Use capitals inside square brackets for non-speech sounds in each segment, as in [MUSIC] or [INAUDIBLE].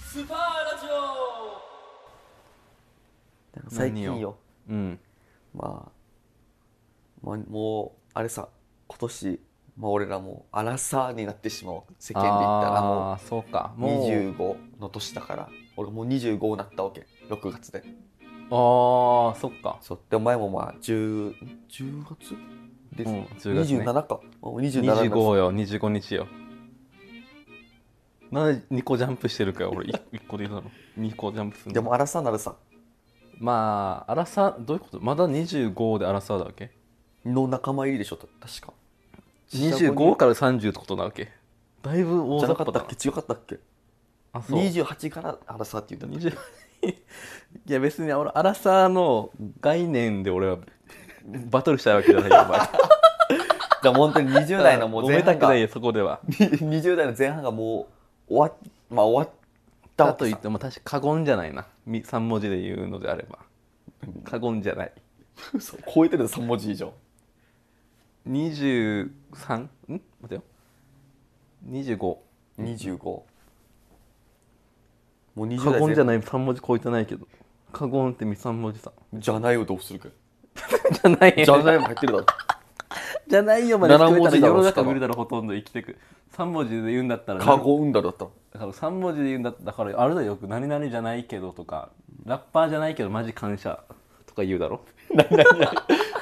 スーパーラジオ最近何ようんまあ、まあ、もうあれさ今年、まあ、俺らもうアラサーになってしまう世間で言ったらもああーそうかう25の年だから俺もう25になったわけ6月でああそっかそうでお前もまあ 10, 10月です、うん10月ね27かもう27なんです25よ25日よなんで2個ジャンプしてるかよ俺 1, 個でいいだ [LAUGHS] ろ2個ジャンプするでもアラサーならさまあアラサーどういうことまだ25でアラサーだわけの仲間入りでしょた確か25から30ってことなわけだいぶ大じゃ雑なか把っただっなけ違かったっけあそう28からアラサーって言うんだ20 [LAUGHS] いや別に俺アラサーの概念で俺はバトルしたいわけじゃないよ [LAUGHS] お前じゃあ本当に20代のもう前揉め半たくがないよそこでは [LAUGHS] 20代の前半がもう終わっ,、まあ、終わっだたわとけ言さっても確か過言じゃないな3文字で言うのであれば過言じゃない嘘超えてる3文字以上23ん待てよ25過25もう20代言じゃないない3文字超えてないけど過言って3文字さじゃないをどうするか [LAUGHS] じゃない [LAUGHS] じゃないも入ってるだろじゃないよまで聞こえたら7文字だろ世の中見るだろほとんど生きてく3文字で言うんだったら [LAUGHS] 過言だろだったらだから3文字で言うんだったらだからあれだよよく「何々じゃないけど」とか「ラッパーじゃないけどマジ感謝」とか言うだろ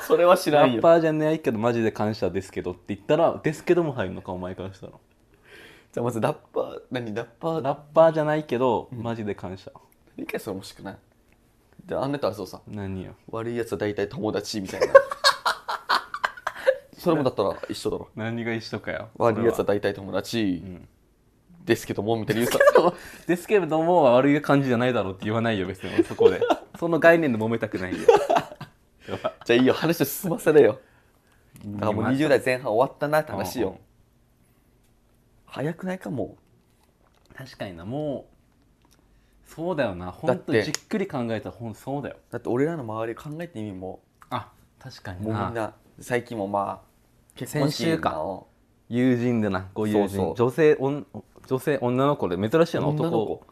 それは知らラんッよパーじゃないけどマジで感謝ですけどって言ったら「ですけど」も入るのかお前からしたらじゃあまずラッパー何ラッパーラッパーじゃないけどマジで感謝、理解それもしくないじゃああんなたらそうさ何よ悪いやつは大体友達みたい [LAUGHS] なそれもだったら一緒だろ何が一緒かよ悪いやつはだ大体友達ですけどもみたいに言うさ [LAUGHS] ですけどもは悪い感じじゃないだろうって言わないよ別に俺そこで [LAUGHS] その概念で揉めたく [LAUGHS] ないよじゃあいいよ話を進ませれよだからもう20代前半終わったなってう話んうよん早くないかも確かになもうそうだよなだ本って当じっくり考えたらほんそうだようだって俺らの周り考えてみもあ確かうにもうみんなな最近もまあ結婚先週かを友人でなご友人そうそう女性おん女性女の子で珍しいよな女の男子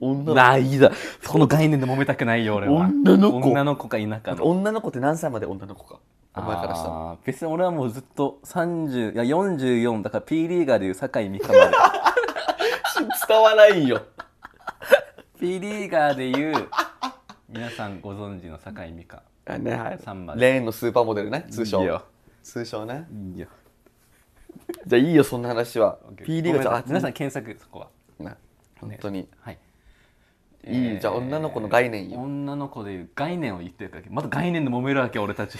女の子ないだその概念で揉めたくないよ俺は女の子女の子か田舎の女の子って何歳まで女の子かお前からしたらあー別に俺はもうずっと30いや44だから P リーガーでいう酒井美香ま [LAUGHS] で伝わないんよ P リーガーでいう皆さんご存知の酒井美香あねはいさんまでレーンのスーパーモデルね通称いいよ通称ねいやじゃあいいよそんな話は P リーグじゃあ皆さん検索そこはね本当にはいいいよじゃあ女の子の概念よ女の子でいう概念を言ってるだけまた概念で揉めるわけ俺 [LAUGHS] たち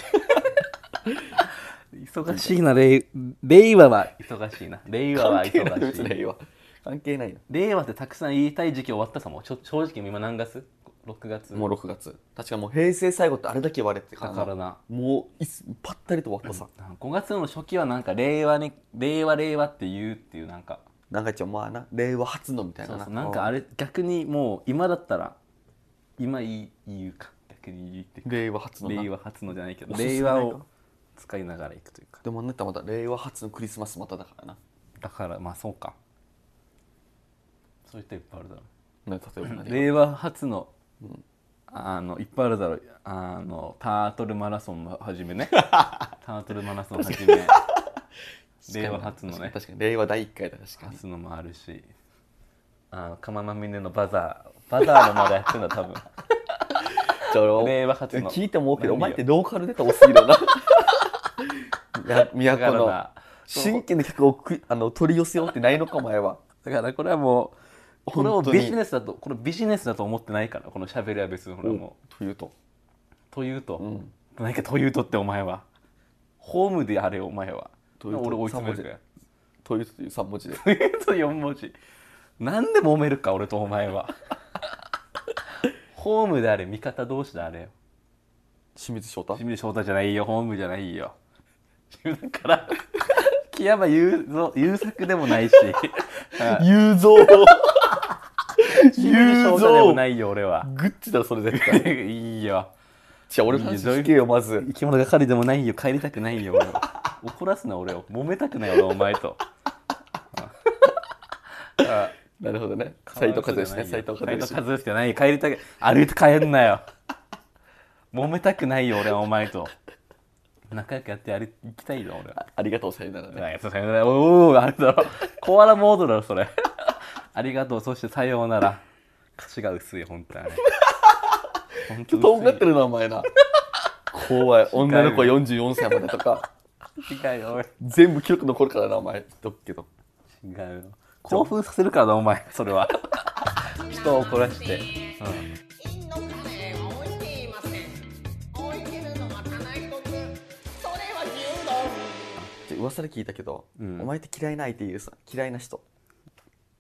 忙しいな令令和は忙しいな令和は関係ない忙し別にいいいわ関係ないよ令和ってたくさん言いたい時期終わったさもうちょ正直今何月 ?6 月もう6月確かもう平成最後ってあれだけ言われてだからなもういつパッタリと終わったさ5月の初期はなんか令和に令和令和って言うっていうなんかなんか一応まあな令和初のみたいそなうそうなんかあれれ逆にもう今だったら今言い言うか逆に言って令和初のな令和初のじゃないけどおすすめ令和ないをか使いながらいくというかでもあなたまた令和初のクリスマスまただからなだからまあそうかそういったいっぱいあるだろね例えばう何令和初のあのいっぱいあるだろうあのタートルマラソンの始め [LAUGHS] ねタートルマラソン始め令和初のね確かに令和第一回だ確か [LAUGHS] に初のもあるしあの釜まみねのバザーバザーもまだやってんだ多 [LAUGHS] 分じゃあ令和初の聞いても多いけ何よどお前ってローカルネタ多すぎ [LAUGHS] るないやだか都らのな新規の客をくあの取り寄せようってないのかお前 [LAUGHS] はだからこれはもうこれを本当にビジネスだとこれビジネスだと思ってないからこのしゃべりは別にこれはもというとうというと、ん何かというとってお前はホームであれお前はというと俺追い詰めるからというとという3文字でというと4文字なんで揉めるか俺とお前はホームであれ味方同士であれよ清水翔太清水翔太じゃないよホームじゃないよだから木山雄三優作でもないし [LAUGHS] はい雄三清水翔太でもないよ俺はグッチだろそれ絶対いいよじゃあ俺の話聞けよまず生き物係でもないよ帰りたくないよ俺は怒らすな俺を揉めたくない俺お前とああなるほどね斎藤和義ね斎斉藤藤和和義義斉藤和義じゃない帰りたく歩いて帰んなよ [LAUGHS] 揉めたくないよ俺はお前と仲良くやってやり行きたいよ俺はありがとうさよならねなんかそうさよならおおあれだろコアラモードだろそれありがとうそしてさようなら歌詞が薄い本当はね本当とんがってるるなお前な怖い女の子44歳までとか違うよおい全部記録残るからなお前言っとくけど違うよ興奮させるからなお前それ [LAUGHS] は人を怒らして、インドカレーは置いていません置いてるのはただ一つそれは牛で丼噂で聞いたけど、うんお前って嫌いな相手言うさ嫌いな人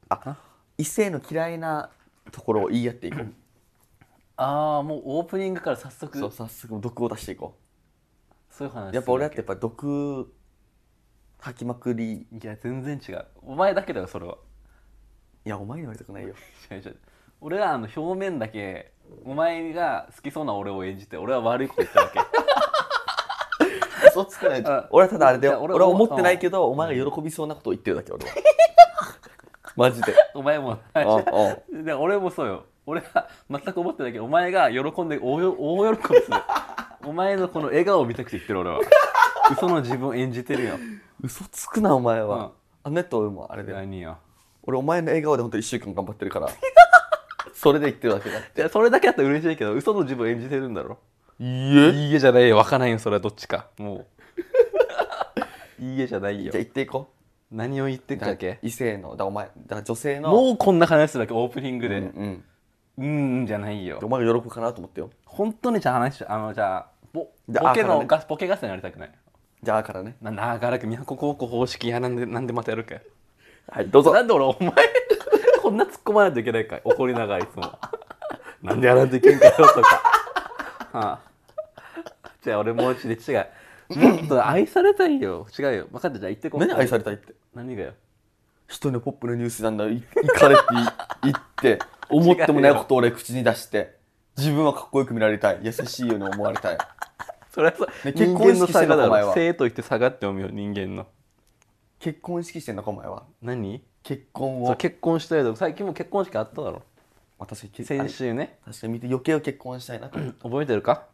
あ異性の嫌いなところを言い合っていこうああもうオープニングから早速そそう早速毒を出していこういう話するわうけやっぱ俺だってやっぱ毒吐きまくりいや全然違うお前だけだよそれはいやお前に言われたくない [LAUGHS] よ違う違う俺はあの表面だけお前が好きそうな俺を演じて俺は悪いこと言ったわ [LAUGHS] け嘘つかないあ俺はただあれだじゃよあ俺俺は思ってないけどお前が喜びそうなことを言ってるだけ俺は [LAUGHS] マジでお前もああで俺もそうよ俺は全く思ってないけどお前が喜んで大よ大喜びするお前のこの笑顔を見たくて言ってる俺は嘘の自分を演じてるよ嘘つくなお前は、うんあのやつ俺もあれだよ何よ俺お前の笑顔で本当一1週間頑張ってるから [LAUGHS] それで言ってるだけだじゃあそれだけだったら嬉しいけど嘘の自分を演じてるんだろいえいいえじゃないよわかんないよそれはどっちか [LAUGHS] もういいえじゃないじゃよあ言っていこ何を言ってうたっけ異性のだからお前だから女性のもうこんな話するだけオープニングうで、んうんうん、うんじゃないよお前が喜ぶかなと思ってよ本当にじゃあ話しあのじゃあボじゃあボケあからのねガス、ボケ合戦やりたくないじゃあからねな長らく宮古高校方式やなんでなんでまたやるかよはいどうぞなんで俺お前 [LAUGHS] こんな突っ込まないといけないか怒りながらいつも [LAUGHS] なんでやらんといけんかよ [LAUGHS] とか、はあ、じゃあ俺もう一で違うもっと愛されたいよ違うよ分かったじゃあ言ってこう何愛されたいって何がよ人のポップのニュースなんだいいかれてい [LAUGHS] 言って思ってもないことを俺口に出して自分はかっこよく見られたい優しいように思われたいそれはさ、ね人結間婚の式して差んのがだお前はろ生と言って下がって読むよ人間の結婚意識してんのかお前は何結婚そうを結婚したいとか最近も結婚式あっただろ私結先週ね確かに見て余計結婚したい [CLEARS THROAT] なと思った覚えてるか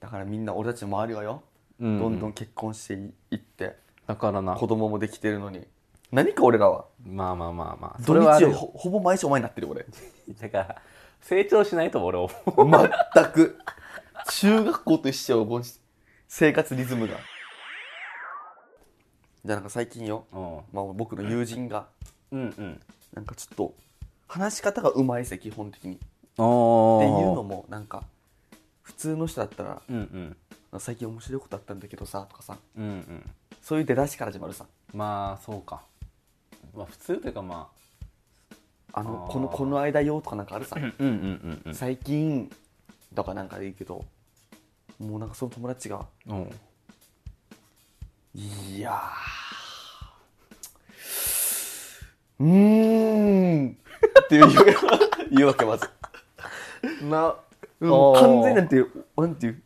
だからみんな俺たちの周りはよ、うんうんどんどん結婚していってだからな子供もできてるのに何か俺らはまあまあまあまあ土れはあ日るほよほぼ毎週お前になってる俺だから成長しないと俺思う全く中学校と一緒よもう生活リズムがじゃあなんか最近よ、 [LAUGHS] うまあ、僕の友人がんうんなんかちょっと話し方がうまいせ基本的にっておいうーのもなんか普通の人だったらうんうん最近面白いことあったんだけどさとかさうんうんそういう出だしから始まるさまあそうかまあ普通というかまあのあーこのこの間よとかなんかあるさあうんうんうんうん最近とかなんかでいいけどもうなんかその友達がうん「いやーうーん」っていう言う言うわけまず、なうんおー完全になんていうなんていう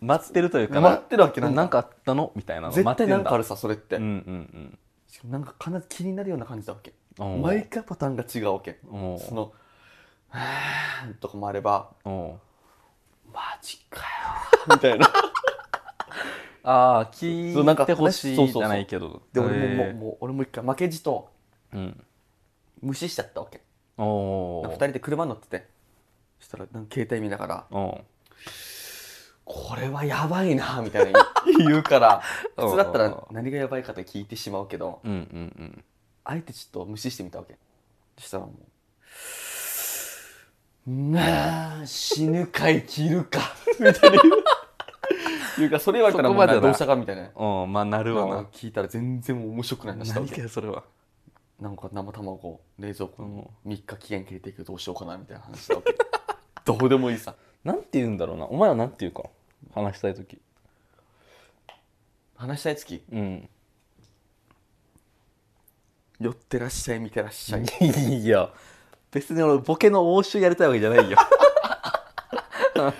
待ってるというか待ってるわけなんかなんかあったのみたいなの絶対なんかあるるさそれって、うんうんしかもなんかかなり気になるような感じだわけうんお毎回パターンが違うわけおその「はーん」とかもあればお「マジかよ」み [LAUGHS] たいなああそうな聞んかいてほしそういそうそうじゃないけどで俺ももへうもう俺も一回負けじとーうん無視しちゃったわけおお2人で車乗っててそしたらなんか携帯見ながらお「これはやばいな」みたいな [LAUGHS] 言う言うからうん普通だったら何がやばいかと聞いてしまうけどうんうんうんあえてちょっと無視してみたわけそしたらもう「なあ死ぬか生きるか」 [LAUGHS] みたいな言う言うからそれ言われたらもうそこまでななどうしたかみたいなおまあなるわなんなか聞いたら全然もう面白くない話したわ何けかよそれはなんか生卵冷蔵庫にう3日期限切れていくどうしようかなみたいな話した [LAUGHS] わけどうでもいいさなんて言うんだろうなお前はなんて言うか話したい時話したい月うん寄ってらっしゃい見てらっしゃいいや別に俺ボケの応酬やりたいわけじゃないよ [LAUGHS]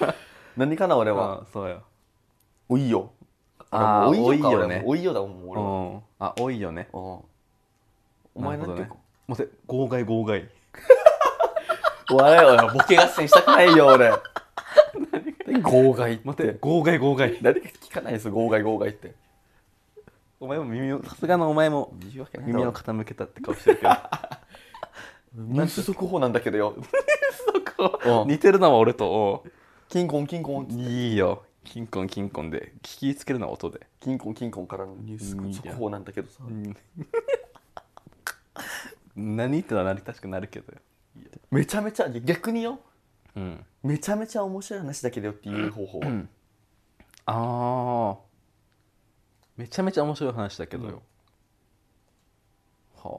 何かな俺はあそうよおいよあー俺もうおいよかおいよ俺ねもうおいよだもんう俺はんあ多いよねうんお前なんていうなるかほ待って号外号外笑えよよボケ合戦したくないよ [LAUGHS] 俺号外 [LAUGHS] って待って号外号外誰か聞かないですよ号外号外ってお前も耳をさすがのお前も言うわけないだ耳をろ傾けたって顔してるけ [LAUGHS] どニュース速報なんだけど [LAUGHS] ようん [LAUGHS] 似てるのは俺とキンコンキンコうんンいいよキンコンキンコンで聞きつけるのは音でキンコンキンコンからのニュース速報なんだけどさ何ってのはなりたしくなるけどよめちゃめちゃ逆にようんめちゃめちゃ面白い話だけどよっていう方法はんああめちゃめちゃ面白い話だけどよ、はあ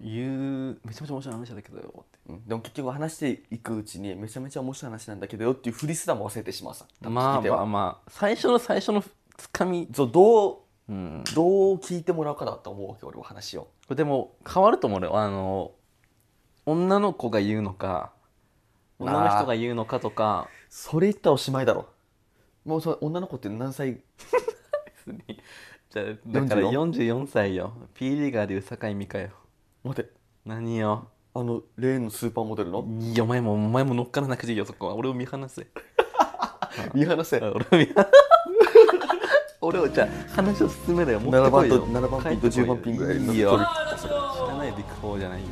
言うめちゃめちゃ面白い話だけどよってうんでも結局話していくうちにめちゃめちゃ面白い話なんだけどよっていうふりすらも忘れてしまうさ多分ま聞あいてまあはまあ最初の最初のつかみ、そうどううん、どう聞いてもらうかだと思うわけ俺は話をこれでも変わると思うよあの女の子が言うのか女の人が言うのかとかそれ言ったらおしまいだろもうその女の子って何歳じゃあだから44歳よ P リーガーでいう酒井美香よ待って何よあの例のスーパーモデルのいやお前もお前も乗っからなくていいよそこは俺を見放せ見放せあ [LAUGHS] 俺を見 [LAUGHS] 俺をじゃあ話を進めろよ持ってこいよ7番と7番ピ帰ってこいよンと10番ピンぐらいのいいよラジオ知らないビッグ4じゃないよ